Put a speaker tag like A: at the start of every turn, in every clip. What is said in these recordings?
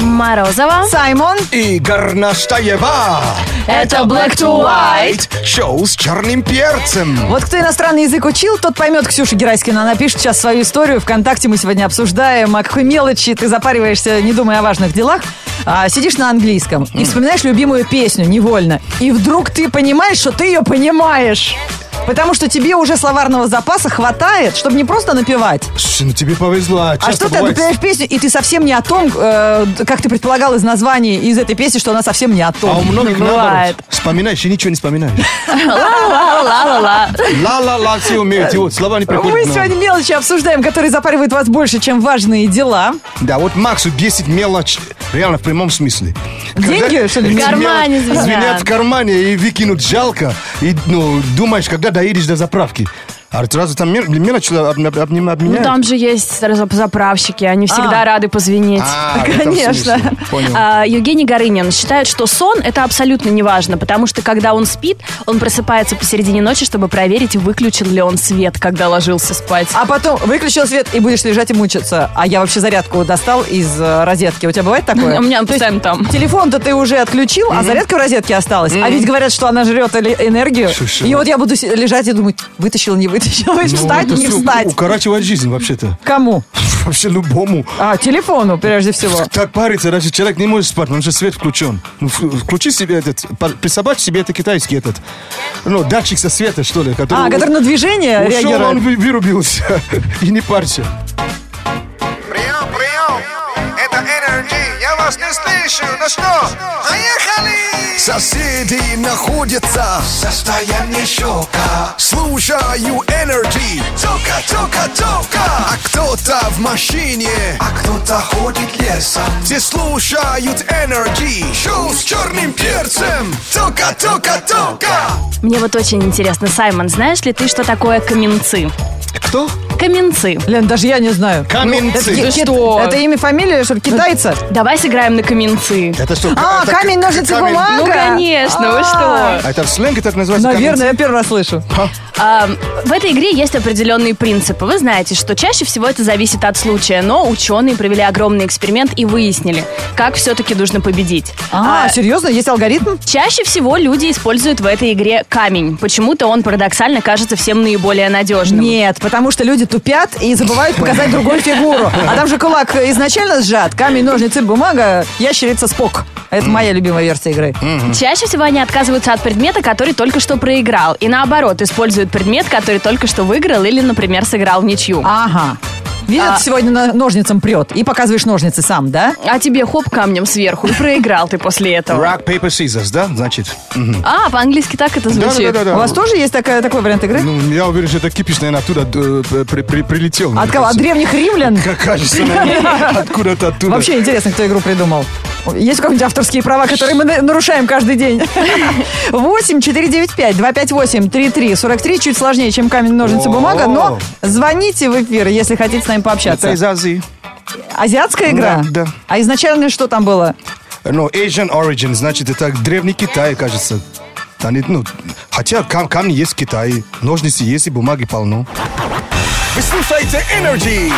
A: Морозова.
B: Саймон.
C: И Горнаштаева.
A: Это Black to White.
C: Шоу с черным перцем.
B: Вот кто иностранный язык учил, тот поймет Ксюша Гераськина. Она пишет сейчас свою историю. Вконтакте мы сегодня обсуждаем, о какой мелочи ты запариваешься, не думая о важных делах. А, сидишь на английском и вспоминаешь любимую песню невольно. И вдруг ты понимаешь, что ты ее понимаешь. Потому что тебе уже словарного запаса хватает, чтобы не просто напевать,
C: Слушай, ну тебе повезло.
B: а что ты отправляешь песню, и ты совсем не о том, э, как ты предполагал из названия из этой песни, что она совсем не о том.
C: А у многих
A: Бывает.
C: наоборот. Вспоминаешь и ничего не вспоминаешь.
A: Ла-ла-ла-ла-ла.
C: Ла-ла-ла все умеют. И вот слова не приходят.
B: Мы
C: на-
B: сегодня мелочи обсуждаем, которые запаривают вас больше, чем важные дела.
C: Да, вот Максу 10 мелочь. Реально в прямом смысле.
B: Деньги, что ли,
C: эти
B: в
A: кармане
C: мелочи
A: звенят?
C: в кармане и выкинуть жалко. И ну, думаешь, когда доедешь до заправки. А разве там мел- мелочь обня- обня-
A: Ну,
C: обменяют?
A: там же есть раз- заправщики, они всегда
B: А.
A: рады позвенеть.
C: А, в этом
B: Конечно.
C: смысле. Понял.
A: А, Евгений Горынин считает, что сон это абсолютно неважно, потому что когда он спит, он просыпается посередине ночи, чтобы проверить, выключил ли он свет, когда ложился спать.
B: А потом выключил свет и будешь лежать и мучиться. А я вообще зарядку достал из э, розетки. У тебя бывает такое?
A: У меня он
B: То есть
A: постоянно там.
B: Телефон-то ты уже отключил, а зарядка в розетке осталась. А ведь говорят, что она жрет эле- энергию.
C: Слушай,
B: И
C: ну-
B: вот я буду си- лежать и думать, вытащил, не вытащил,
C: Ну,
B: встать,
C: это
B: не
C: всё
B: встать.
C: Укорачивает жизнь вообще-то.
B: Кому?
C: Вообще любому.
B: А, телефону, прежде всего.
C: Так парится, даже человек не может спать, потому что свет включен. Ну, ф- включи себе этот, по- присобачь себе это китайский этот, ну, датчик со света, что ли. Который
B: А, который на движение
C: ушел, он
B: реагирует.
C: вы- вырубился. И не парься.
D: Прием, прием! Это Energy! Я вас не слышу! Ну что, поехали!
E: Соседи находятся в состоянии шока Слушаю Energy Тока, тока, тока А кто-то в машине А кто-то ходит лесом Все слушают Energy Шоу с черным перцем Тока, тока, тока
A: Мне вот очень интересно, Саймон, знаешь ли ты, что такое каменцы?
C: Кто?
A: Каменцы.
B: Лен, даже я не знаю. Ну, Это,
C: Каменцы.
B: ки-
A: Ты
B: кит-
A: что?
B: это имя, фамилия, что ли, китайца?
A: Давай сыграем на каменцы.
C: Это что?
B: А,
C: это
B: камень,
C: к-
B: ножницы,
C: камень.
B: бумага?
A: Ну, конечно, вы что?
C: А это в сленге так называется?
B: Наверное, я первый раз слышу.
A: А, В этой игре есть определенные принципы. Вы знаете, что чаще всего это зависит от случая, но ученые провели огромный эксперимент и выяснили, как все-таки нужно победить.
B: А,
A: А,
B: серьезно, есть алгоритм?
A: Чаще всего люди используют в этой игре камень. Почему-то он парадоксально кажется всем наиболее надежным.
B: Нет, потому что люди тупят и забывают показать другую фигуру. А там же кулак изначально сжат. Камень, ножницы, бумага, ящерица, спок. Это моя любимая версия игры.
A: Чаще всего они отказываются от предмета, который только что проиграл. И наоборот, используют предмет, который только что выиграл или, например, сыграл в ничью. А,
B: Ага. Видят,
A: А.
B: сегодня на- ножницам прет. И показываешь ножницы сам, да?
A: тебе хоп камнем сверху, и проиграл ты после этого.
C: Rock, paper, scissors, да, значит? Мгм.
A: А, по-английски так это звучит.
C: Да-да-да-да.
B: У вас тоже есть такая, такой вариант игры?
C: Ну, я уверен, что это кипиш, наверное, оттуда э, при- при- прилетел. мне
B: От кого? От
C: кажется.
B: древних римлян?
C: Как кажется, наверное, откуда-то оттуда.
B: Вообще интересно, кто игру придумал. Есть у кого-нибудь авторские права, которые мы на- нарушаем каждый день? 8 495 258 33 43 чуть сложнее, чем камень, ножницы, бумага, но звоните в эфир, если хотите с нами
C: Это
B: пообщаться.
C: из Азии.
B: Азиатская игра?
C: Да, да.
B: А изначально что там было?
C: Ну, Asian Origin, значит, это древний Китай, кажется. Они, ну, хотя кам- камни есть в Китае, ножницы есть и бумаги полно.
E: Вы слушаете Energy.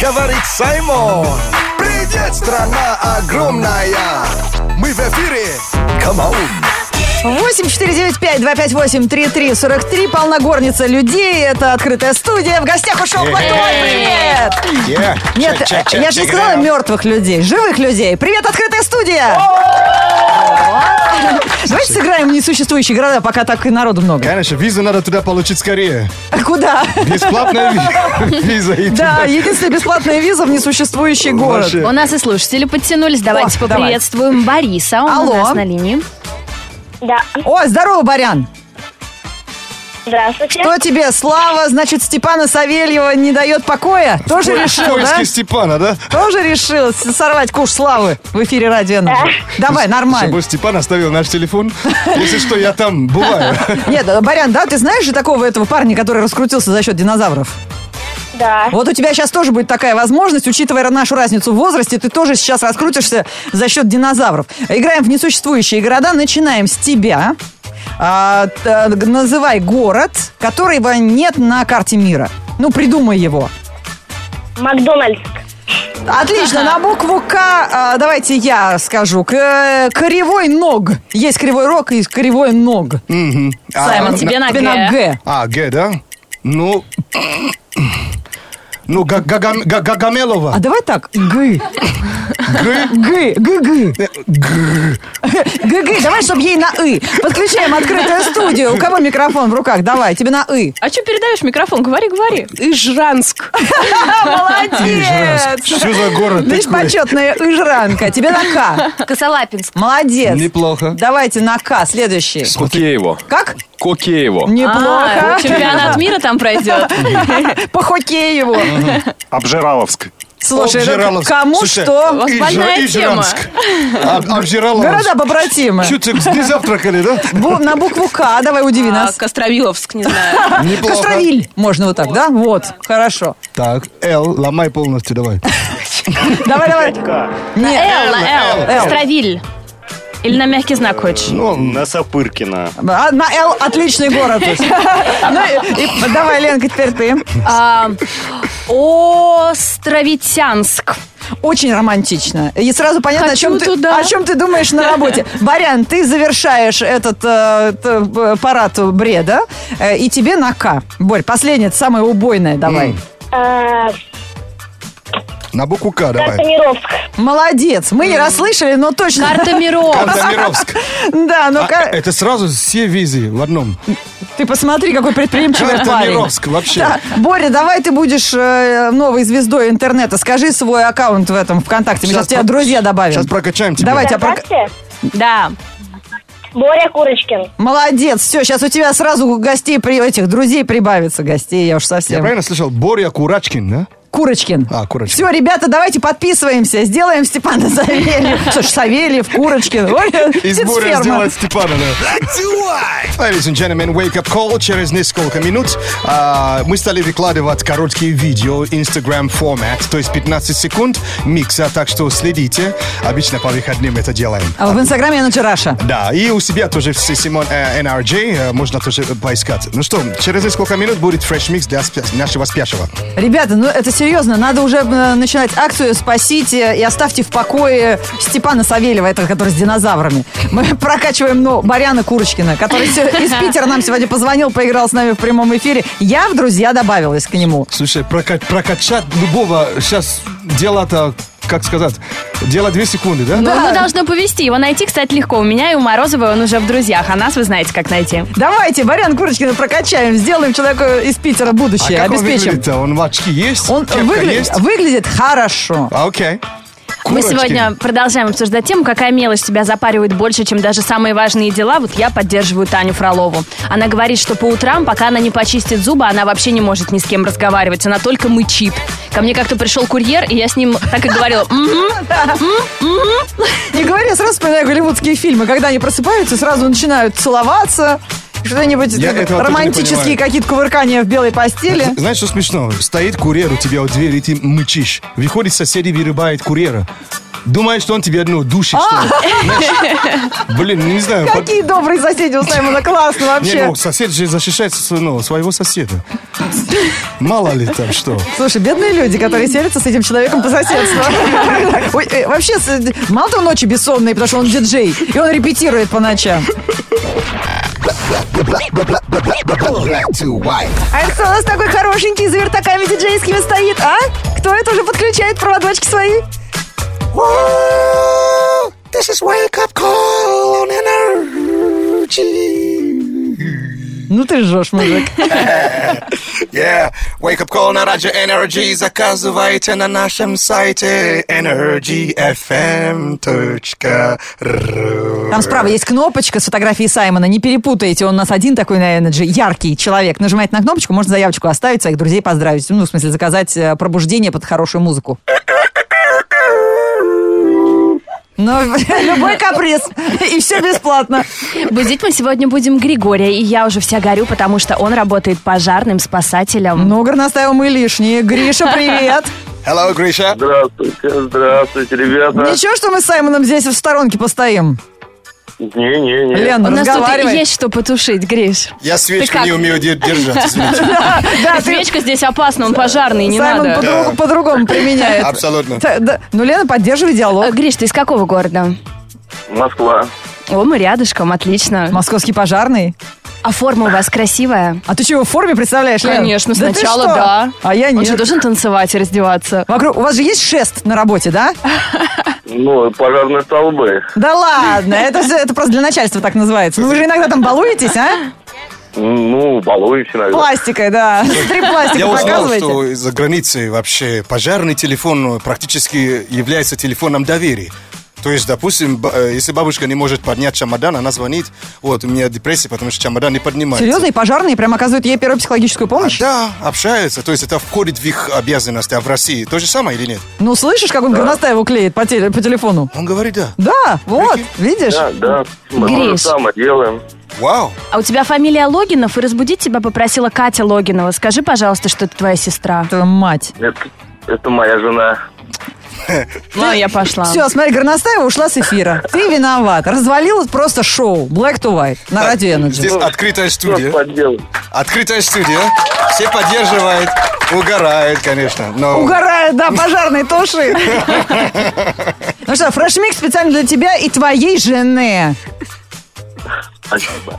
E: Говорит Саймон. Привет, страна огромная. Мы в эфире. Come on.
B: 8 495 258 33 43 полногорница людей, это открытая студия, в гостях ушел Black to White, привет!
C: Yeah.
B: Нет, э,
C: Check, check, check,
B: я же не
C: check it
B: сказала
C: out.
B: мертвых людей, живых людей. Привет, открытая студия! Давайте сыграем в несуществующие города, пока так и народу много.
C: Конечно, визу надо туда получить скорее.
B: А Куда?
C: Бесплатная ви- виза. и
B: Да,
C: туда.
B: единственная бесплатная виза в несуществующий город.
C: Вообще.
A: У нас и слушатели подтянулись. Давайте
B: О, давай.
A: поприветствуем Бориса. Он
B: Алло.
A: у нас на линии.
F: Да,
B: О, здорово, Барян.
F: здравствуйте.
B: Кто тебе, Слава, значит, Степана Савельева не дает покоя? Тоже решил, да?
C: Поиски Степана, да?
B: Тоже решил с- сорвать куш Славы в эфире радио «Энерджи». Давай, нормально.
C: Чтобы Степан оставил наш телефон. Если что, я там бываю.
B: Нет, Барян, да, ты знаешь же такого этого парня, который раскрутился за счет динозавров?
F: Да,
B: Вот у тебя сейчас тоже будет такая возможность, учитывая нашу разницу в возрасте, ты тоже сейчас раскрутишься за счет динозавров. Играем в несуществующие города. Начинаем с тебя. А, т- называй город, которого нет на карте мира. Ну, придумай его.
F: Макдональдс.
B: Отлично, на букву К, а, давайте я скажу. К- Кривой ног. Есть кривой рог и кривой ног.
C: А,
A: Саймон,
C: на-
A: тебе на
B: Тебе на
A: Г.
B: Г.
C: А, Г, да? Ну... Ну, Га- Гагам- Га-
B: А
C: Гагамелова.
B: давай так. Гы.
C: Г.
B: Гы. Гы-гы.
C: Э, Г.
B: Гы-гы. Давай, чтобы ей на И. Подключаем открытую студию. У кого микрофон в руках? Давай, тебе на И.
A: А что передаешь микрофон? Говори, говори.
G: Ижранск.
B: Молодец.
C: Что за город
B: Видишь,
C: такой?
B: почетная Ижранка. Тебе на К.
H: Косолапинск.
B: Молодец.
C: Неплохо.
B: Давайте на К. Следующий.
I: Кокеево.
B: Как?
I: Кокеево.
B: Неплохо.
A: А, чемпионат мира там пройдет.
B: По хоккею.
J: Обжираловск.
B: Слушай, ну
C: Обжираловск.
B: кому
C: Слушай,
B: что?
A: вас
C: Иж-
A: больная
C: Ижранск. Об- Обжираловск.
B: Города побратимы.
C: Чё ты, не завтракали, да?
B: Бу- На букву К, давай удиви
G: А,
B: нас.
G: Костромиловск, не знаю.
C: Неплохо.
B: Костровиль. Можно вот так, да? Вот, хорошо.
C: Так, Л, ломай полностью, давай.
B: Давай, давай. Нет,
A: Л, на
B: Л.
A: Л. Стравиль. Или на мягкий знак хочешь?
C: Ну,
J: Насопыркино.
B: а, на Л отличный город. Ну, и- и- Давай, Ленка, теперь ты.
A: А, Островитянск.
B: Очень романтично. И сразу понятно, о
A: Хочу
B: чем, ты,
A: туда.
B: о чем ты думаешь на работе. Барян, ты завершаешь этот э, т- б- парад бреда, э, и тебе на К. Борь, последняя, самая убойная, давай.
F: Э,
C: на букву К давай.
F: Кантонировск.
B: Молодец. Мы не расслышали, но точно.
A: Карта миров.
C: Кантамировск.
B: Да, ну
C: А,
B: ка-
C: Это сразу все визы в одном.
B: ты посмотри, какой предприимчивый парень.
C: Кантамировск вообще.
B: Да. Боря, давай ты будешь э, новой звездой интернета. Скажи свой аккаунт в этом ВКонтакте. Мы сейчас,
C: Щас
B: тебя
C: про-
B: друзья добавим.
C: Сейчас прокачаем тебя.
B: Давай тебя прок-
F: Вконтакте.
A: Да.
F: Боря Курочкин.
B: Молодец. Все, сейчас у тебя сразу гостей при этих друзей прибавится. Гостей я уж
C: Я
B: совсем.
C: правильно слышал? Боря Курачкин, да?
B: Курочкин.
C: А, Курочкин.
B: Все, ребята, давайте подписываемся. Сделаем Степана Савельев. Слушай, Савельев, Курочкин. Ой,
C: Из
B: птицферма.
C: Боря сделать Степана, да.
E: Давай!
C: Ladies and gentlemen, wake up call. Через несколько минут а, мы стали выкладывать короткие видео Instagram формат, то есть 15 секунд микса, так что следите. Обычно по выходным это делаем.
B: А В инстаграме Energy Раша.
C: Да, и у себя тоже в Симон э, NRJ э, можно тоже поискать. Ну что, через несколько минут будет фреш микс для спя- нашего спящего.
B: Ребята, ну это серьезно, надо уже э, начинать акцию «Спасите и оставьте в покое Степана Савельева, этого, который с динозаврами». Мы прокачиваем, ну, Баряна Курочкина, который се- из Питера нам сегодня позвонил, поиграл с нами в прямом эфире. Я в друзья добавилась к нему.
C: Слушай, прока- прокачать любого сейчас дело-то, как сказать, дело 2 секунды, да?
A: Ну, Ему должно повезти. Его найти, кстати, легко. У меня и у Морозовой он уже в друзьях. А нас вы знаете, как найти.
B: Давайте Баряна Курочкина прокачаем, сделаем человеку из Питера
C: А
B: будущее,
C: как он
B: обеспечим.
C: выглядит-то? Он в очки есть?
B: Он
C: Кепка
B: выгля-
C: есть?
B: выглядит хорошо.
C: А, Окей.
A: Мы
C: Курочки.
A: сегодня продолжаем обсуждать тему, какая мелочь тебя запаривает больше, чем даже самые важные дела. Вот я поддерживаю Таню Фролову. Она говорит, что по утрам, пока она не почистит зубы, она вообще не может ни с кем разговаривать. Она только мычит. Ко мне как-то пришел курьер, и я с ним так и говорила. «Мгм».
B: Не говори, я сразу вспоминаю голливудские фильмы, когда они просыпаются, сразу начинают целоваться, что-нибудь
C: Я
B: это,
C: этого тоже не
B: романтические
C: понимаю. Э,
B: какие-то кувыркания в белой постели.
C: Знаешь, что смешно? Стоит курьер у тебя у двери, и ты мычишь. Выходит соседи, вырубает курьера. Думает, что он тебе одно душит, что ли.
B: А!
C: Знаешь, Блин, не знаю. под-
B: Какие добрые соседи у Саймона, классно
C: Не,
B: вообще.
C: ну, сосед же защищает сво- ну, своего соседа. Мало ли там что.
B: Слушай, бедные люди, которые селятся с этим человеком по соседству. Ой, э, Вообще, с- мало того ночи бессонные, потому что он диджей, и он репетирует по ночам.
E: Black to white.
B: А это кто у нас такой хорошенький за вертаками диджейскими стоит, а? Кто это уже подключает проводочки свои?
E: Whoa, This is wake up call on energy.
B: Ну ты жжешь, мужик.
E: Yeah, wake up call на радио Energy заказывайте на нашем сайте energyfm.ru
B: Там справа есть кнопочка с фотографией Саймона. Не перепутайте, он у нас один такой на Energy, яркий человек. Нажимает на кнопочку, можно заявочку оставить, своих друзей поздравить. Ну, в смысле, заказать э, пробуждение под хорошую музыку. Но Ну, любой каприз. И все бесплатно.
A: Будить мы сегодня будем Григория, и я уже вся горю, потому что он работает пожарным спасателем.
B: Ну, горностаева мы лишние. Гриша, привет.
C: Hello, Гриша.
K: Здравствуйте, здравствуйте, ребята.
B: Ничего, что мы с Саймоном здесь в сторонке постоим.
J: Не-не-не.
B: Лен,
A: У нас тут и
B: разговаривай.
A: есть что потушить, Гриш.
C: Я свечку
A: как?
C: не умею де- держать, извините.
B: Да, А ты-
A: Свечка здесь опасна, он пожарный, не
B: Саймон
A: надо.
B: по-друг-
C: Да.
B: по-другому применяет.
C: А Абсолютно.
B: Та- да. Ну, Лена, поддерживай
A: Э,
B: диалог.
A: Гриш, ты из какого города?
J: Москва.
A: О, мы рядышком, отлично.
B: Московский пожарный.
A: А форма у вас красивая?
B: А ты чего в форме представляешь, Лен?
A: Конечно,
B: Да ты
A: сначала
B: что?
A: да.
B: А я
A: Он же
B: нет.
A: должен танцевать и раздеваться.
B: Вокруг, у вас же есть шест на работе, да?
J: Ну, пожарные столбы.
B: Да ладно, это, же- это просто для начальства так называется. Ну, вы же иногда там балуетесь, а?
J: Ну, балуемся, наверное.
B: Пластикой, да. Три пластика
C: Я узнал,
B: показываете.
C: что за границей вообще пожарный телефон ну, практически является телефоном доверия. То есть, допустим, ба- э, если бабушка не может поднять чемодан, она звонит, вот, у меня депрессия, потому что чемодан не поднимается.
B: Серьезно, и пожарные прям оказывают ей первую психологическую
C: А,
B: помощь?
C: да, общаются, то есть это входит в их обязанности, а в России то же самое или нет?
B: Ну, слышишь, как он Горностаеву клеит по, теле- по телефону?
C: Он говорит, да.
B: Да, вот, видишь?
J: Да, да. Мы
A: Гриш.
J: то же самое делаем.
C: Вау,
A: А у тебя фамилия Логинов, и разбудить тебя попросила Катя Логинова. Скажи, пожалуйста, что это твоя сестра.
B: Твою мать.
J: Это, это моя жена.
A: Ну, я пошла.
B: Все, смотри, Горностаева ушла с эфира. Ты виноват. Развалил просто шоу Black to White на радио Energy.
C: здесь открытая
J: Что
C: студия.
J: подделать?
C: Открытая студия, все поддерживают, угорают, конечно, но...
B: Угорает, да, пожарные туши. Ну что, фрешмикс специально для тебя и твоей жены.
J: Спасибо.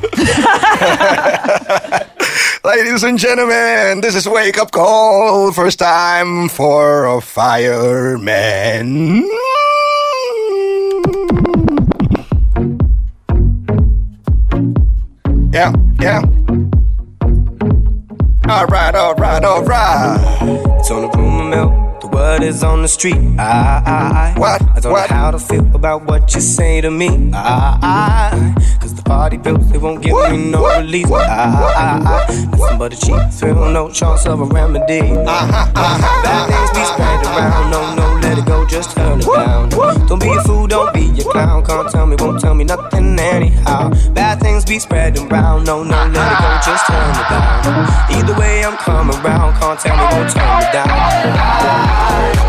C: Ladies and gentlemen, this is wake up call. First time for a fireman. Yeah, yeah. All right, all right, all right.
E: It's on the rumor mill. The word is on the street. I, I, I.
C: What?
E: I don't
C: What?
E: know how to feel about what you say to me. I, I, I. Cause the party bills, they won't give
C: What?
E: me no
C: What?
E: relief.
C: What?
E: I, I, I. Nothing but a cheap thrill, no chance of a remedy.
C: Uh-huh,
E: Bad things be spread around. No, no, let it go, just turn it down. Don't be a fool, don't be a clown. Can't tell me, won't tell me nothing anyhow. Bad things be spread around. No, no, let it go,
C: Uh-huh.
E: just turn it down. Either way, I'm coming round. Can't tell me, won't turn me down. I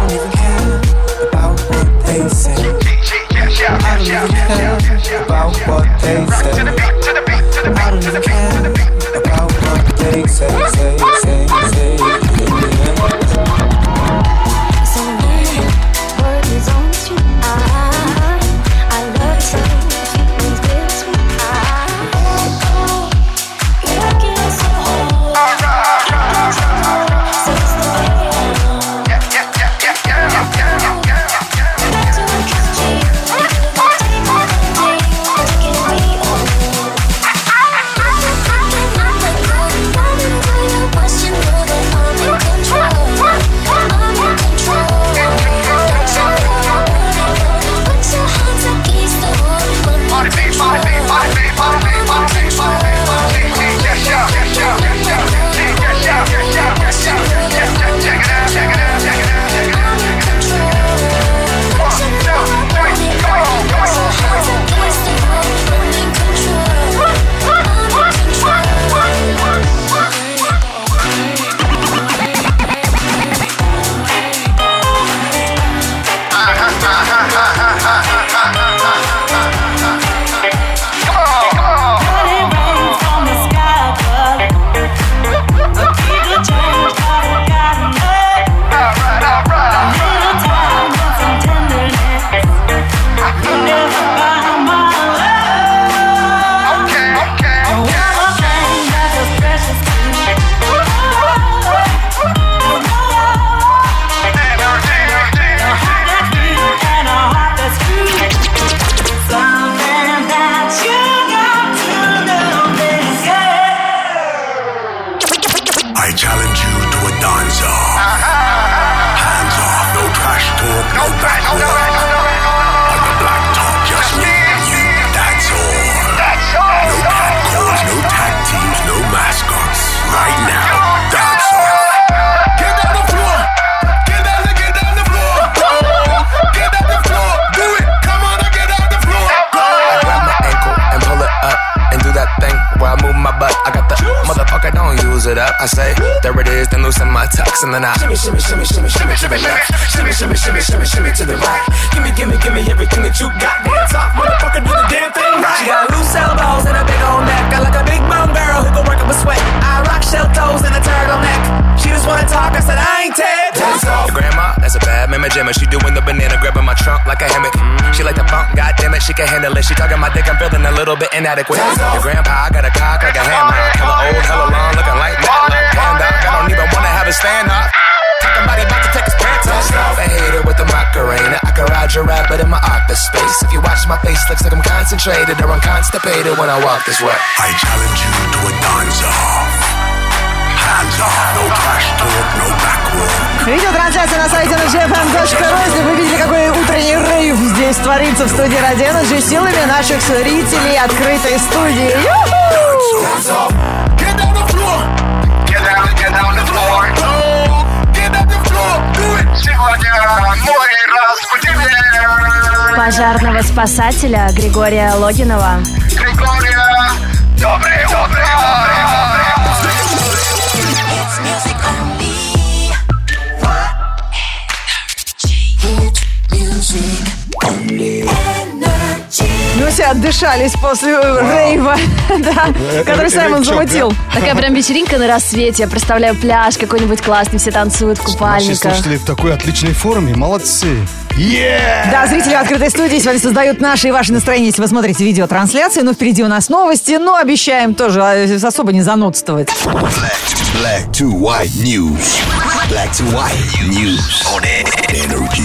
E: don't even care about what they say. I don't even care about what they say. I don't even care about what they say, say, say, say.
L: Alright.
E: Uh-huh.
I: flexing and I shimmy, shimmy, shimmy, shimmy, shimmy to the left, shimmy, shimmy, shimmy, shimmy, shimmy to the right. Gimme, gimme, gimme everything that you got. Damn top motherfucker, do the damn thing right.
K: She got loose elbows and a big old neck. I like a big bone girl who can work up a sweat. I rock shell toes and a turtleneck. She just wanna talk, I said "Ah, I ain't dead. Dance off.
I: Your grandma, that's a bad mama jamma. She doing the banana, grabbing my trunk like a hammock. Mm, She like the bump, god damn it, she can handle it. She talking my dick, I'm feeling a little bit inadequate. Your grandpa got a cock like a hammer. Hella old, hella long, looking like that. Look, hand up, I don't even wanna have a stand up. Talking about he about to take his pants off. A hater with a macarena. I can ride your rabbit in my office space. If you watch my face, looks like I'm concentrated or I'm constipated when I walk this way. I challenge you to a dance off.
E: Hands off, no trash talk, no backwork.
B: Видеотрансляция на сайте rgfm.ru. Если вы видели, какой утренний рейв здесь творится в студии Ради Energy силами наших зрителей открытой студии. Ю-ху!
E: Get down the floor. Get down, get down the floor. Get down the floor. Do it. Сегодня мой распределение.
A: Пожарного спасателя Григория Логинова.
E: Григория, доброе утро.
B: Ну, все отдышались после рейва, да, который Саймон
A: Рейв-чоп,
B: замутил.
A: да? Такая прям вечеринка на рассвете. Я представляю пляж какой-нибудь классный, все танцуют в
C: Наши
A: купальниках.
C: слушатели в такой отличной форме. Молодцы. Yeah!
B: Да, зрители открытой студии сегодня создают наши и ваши настроения, если вы смотрите видеотрансляции. Ну, впереди у нас новости, но обещаем тоже э, особо не занудствовать.
E: Black to white news. Black to white news on energy.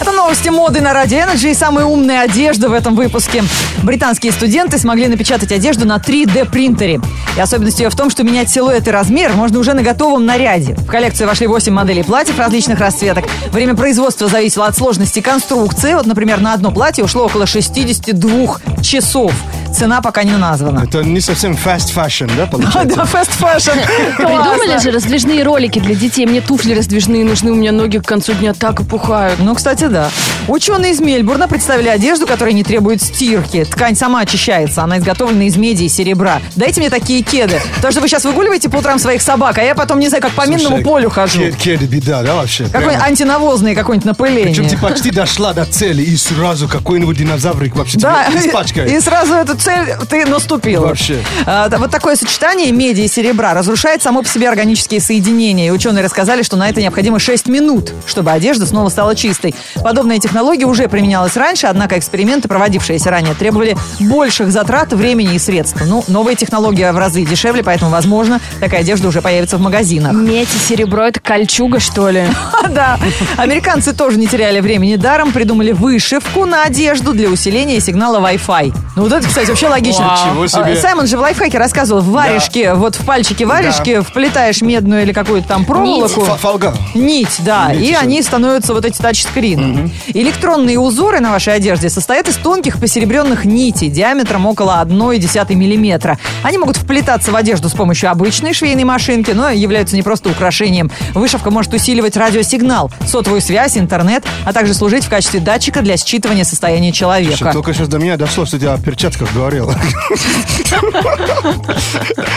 B: Это новости моды на Ради Energy и самые умные одежды в этом выпуске. Британские студенты смогли напечатать одежду на 3D-принтере. И особенность ее в том, что менять силуэт и размер можно уже на готовом наряде. В коллекцию вошли 8 моделей платьев различных расцветок. Время производства зависело от сложности конструкции. Вот, например, на одно платье ушло около 62 часов. Цена пока не названа.
C: Это не совсем fast fashion, да, получается?
B: Да, fast fashion.
A: Придумали же раздвижные ролики для детей. Мне туфли раздвижные нужны, у меня ноги к концу дня так опухают.
B: Ну, кстати, да. Ученые из Мельбурна представили одежду, которая не требует стирки. Ткань сама очищается. Она изготовлена из меди и серебра. Дайте мне такие кеды. То, что вы сейчас выгуливаете по утрам своих собак, а я потом, не знаю, как по минному
C: Слушай,
B: полю хожу.
C: кед- Кеды, беда, да, вообще?
B: Какой
C: Прямо.
B: антинавозный какой-нибудь напыление.
C: Причем ты почти дошла до цели, и сразу какой-нибудь динозаврик вообще
B: Да,
C: тебя
B: и
C: испачкает.
B: сразу эту цель ты наступила.
C: Вообще.
B: А, да, вот такое сочетание меди и серебра разрушает само по себе органические соединения. И ученые рассказали, что на это необходимо 6 минут, чтобы одежда снова стала чистой. Подобная технология уже применялась раньше, однако эксперименты, проводившиеся ранее, требовали больших затрат времени и средств. Ну, новая технология в разы дешевле, поэтому, возможно, такая одежда уже появится в магазинах.
A: Медь и серебро – это кольчуга, что ли?
B: Да. Американцы тоже не теряли времени даром, придумали вышивку на одежду для усиления сигнала Wi-Fi. Ну вот это, кстати, вообще логично.
C: Вау. Ничего себе.
B: А, Саймон же в лайфхаке рассказывал, в варежке, вот в пальчике варежки вплетаешь медную или какую-то там проволоку.
C: Фа- Фольга.
B: Нить, да,
C: Нить
B: и
C: еще.
B: они становятся вот эти тачскрины. Электронные узоры на вашей одежде состоят из тонких посеребренных нитей диаметром около 1,1 миллиметра. Они могут вплетаться в одежду с помощью обычной швейной машинки, но являются не просто украшением. Вышивка может усиливать радиосигнал, сотовую связь, интернет, а также служить в качестве датчика для считывания состояния
C: Слушай,
B: человека.
C: Только сейчас до меня дошло, что я о перчатках говорил.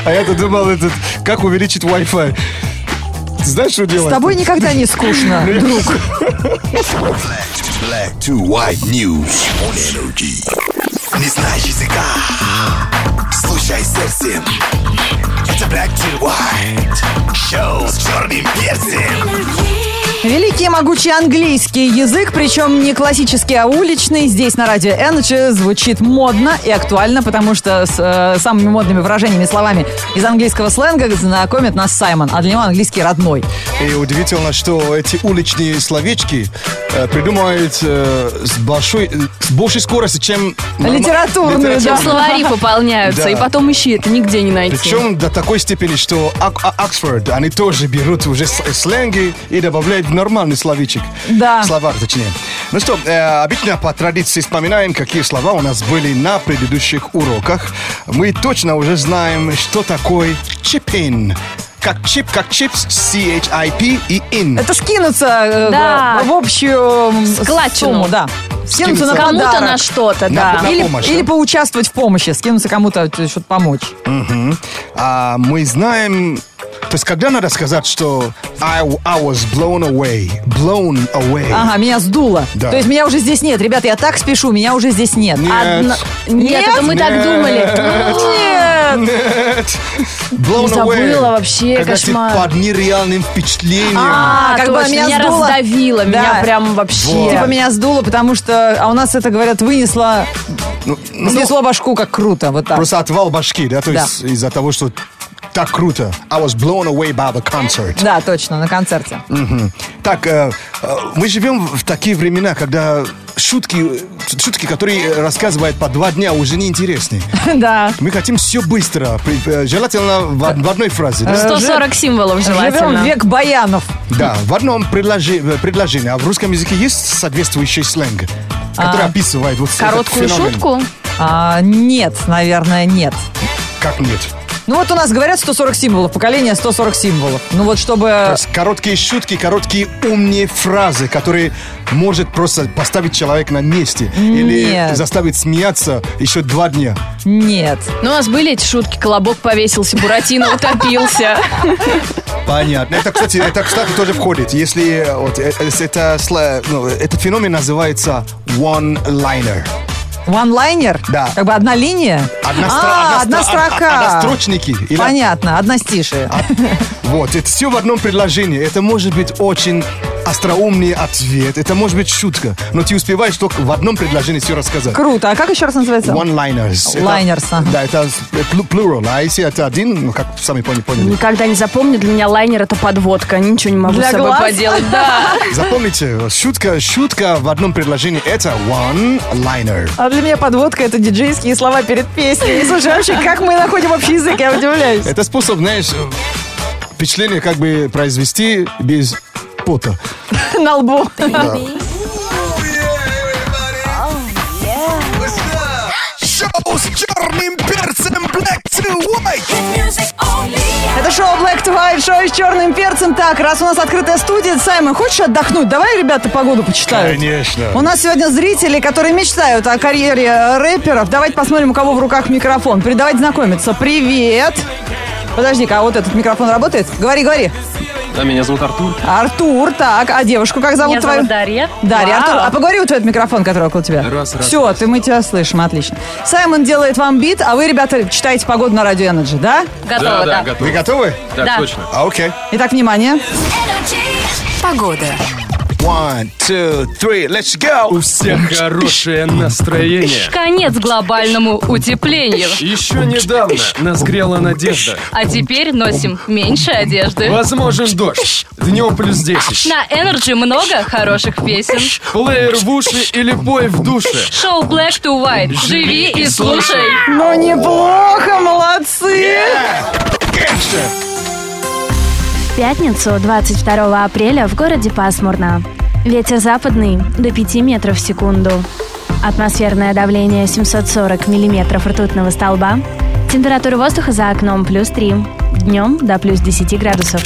C: А я-то думал, этот, как увеличить Wi-Fi. Знаешь, что
B: С
C: делать?
B: тобой никогда не скучно, друг.
E: Black to white news on energy. Не знаешь языка, слушай сердцем. Это Black to white шоу с черным перцем.
B: Великий и могучий английский язык, причем не классический, а уличный, здесь на радио Energy звучит модно и актуально, потому что с э, самыми модными выражениями и словами из английского сленга знакомит нас Саймон, а для него английский родной.
C: И удивительно, что эти уличные словечки э, придумывают э, с, большой, э, с большей скоростью, чем... норма-
B: Литературную,
A: Чем
C: литературную.
A: словари пополняются,
C: Да.
A: и потом ищи, это нигде не найти.
C: Причем до такой степени, что Ак- А- Оксфорд, они тоже берут уже с- сленги и добавляют в нормальный словичек.
B: Да.
C: Словарь, точнее. Ну что, э, обычно по традиции вспоминаем, какие слова у нас были на предыдущих уроках. Мы точно уже знаем, что такое чипин. Как чип, как чипс, C-H-I-P и in.
B: Это скинуться э,
A: Да.
B: в в общую м,
A: Складчину.
B: сумму, да. Скинуться на
A: Кому-то
B: подарок.
A: на что-то,
C: На-
A: да.
C: на
B: или,
C: помощь,
B: или
C: да?
B: поучаствовать в помощи, скинуться кому-то э, что-то помочь.
C: А мы знаем То есть, когда надо сказать, что I, I was blown away, blown away.
B: Ага, меня сдуло.
C: Да.
B: То есть меня уже здесь нет. Ребята, я так спешу, меня уже здесь нет.
C: Нет. Одна-
A: Нет, это мы так
C: Нет.
B: Э,
A: думали.
C: Нет. Blown
A: Не
C: away.
A: забыла вообще,
C: когда
A: кошмар.
C: ты под нереальным впечатлением.
A: А,
B: как бы
A: точно,
B: меня
A: меня
B: сдуло.
A: раздавило, меня
B: Да.
A: прям вообще.
B: Типа меня сдуло, потому что... А у нас это, говорят, вынесло...
C: Ну, ну,
B: Снесло башку, как круто, вот так.
C: Просто отвал башки, да, то
B: Да.
C: есть из-за того, что так круто. I was blown away by the concert.
B: Да, точно, на концерте.
C: Мгм. Так, э, э, мы живем в такие времена, когда шутки, шутки, которые рассказывают по два дня, уже не интересны.
B: Да.
C: Мы хотим все быстро, при- э, желательно в, од- в одной фразе. да?
A: 140 символов
B: Живем
A: желательно.
B: век баянов.
C: Да, в одном предложи- э, предложении. А в русском языке есть соответствующий сленг, который
B: А.
C: описывает вот этот
B: Короткую
C: феномен?
B: шутку? А, нет, наверное, нет.
C: Как нет?
B: Ну вот у нас говорят 140 символов, поколение 140 символов. Ну вот
C: То
B: чтобы...
C: есть короткие шутки, короткие умные фразы, которые может просто поставить человека на месте или
B: Нет.
C: заставить смеяться еще два дня.
B: Нет.
A: Ну, у нас были эти шутки. Колобок повесился, Буратино утопился.
C: Понятно. Это, кстати, это, кстати, тоже входит. Если э, вот, э, э, это, сла- ну, этот феномен называется one-liner.
B: Ванлайнер? Да. Как бы одна линия?
C: Одна стра-
B: А,
C: одна
B: одна
C: стра-
B: строка.
C: од- однострочники или- а.
B: Понятно, одностишие.
C: Вот, это все в одном предложении. Это может быть очень остроумный ответ, это может быть шутка, но ты успеваешь только в одном предложении все рассказать.
B: Круто. А как еще раз называется?
C: One-liners. Это-
B: Liners, ага.
C: Да, это плюрал. А если это один, ну, как сами пони- поняли.
A: Никогда не запомню, для меня лайнер это подводка. Ничего не могу
B: Для
A: с собой
B: глаз?
A: поделать. Да.
C: Запомните, шутка, шутка в одном предложении – это one-liner.
B: А для меня подводка это диджейские слова перед песней. И, Слушай, вообще, как мы находим общий язык, я удивляюсь.
C: Это способ, знаешь, э, впечатление как бы произвести без пота.
B: На лбу.
C: Да.
E: Шоу с черным перцем Black to White.
B: Это шоу Black to White, шоу с черным перцем. Так, раз у нас открытая студия, Саймон, хочешь отдохнуть? Давай, ребята, погоду почитают.
C: Конечно.
B: У нас сегодня зрители, которые мечтают о карьере э, рэперов. Давайте посмотрим, у кого в руках микрофон. При- Давайте знакомиться. Привет. Подожди-ка, а вот этот микрофон работает? Говори, говори.
M: Да, меня зовут Артур.
B: Артур, так, а девушку как зовут
M: Меня
B: твою?
M: зовут Дарья.
B: Дарья,
M: Вау.
B: Артур, а поговори вот в этот микрофон, который около тебя.
M: Раз, раз,
B: Все, ты, мы тебя слышим, отлично. Саймон делает вам бит, а вы, ребята, читаете погоду на радио Energy, да?
M: да, да, готов.
C: Вы готовы?
M: Да,
B: Да.
M: точно.
C: А, окей.
B: Итак, внимание.
N: Погода.
C: One, two, three, let's go!
M: У всех хорошее настроение.
N: Конец глобальному утеплению.
M: Еще недавно нас грела надежда.
N: А теперь носим меньше одежды.
M: Возможен дождь. Днем плюс 10.
N: На Energy много хороших песен.
M: Плеер в уши или бой в душе.
N: Шоу Black to White. Живи и слушай.
B: Ну, неплохо, молодцы!
L: В пятницу, 22 апреля, в городе пасмурно. Ветер западный до 5 метров в секунду. Атмосферное давление 740 миллиметров ртутного столба. Температура воздуха за окном плюс 3. Днем до плюс 10 градусов.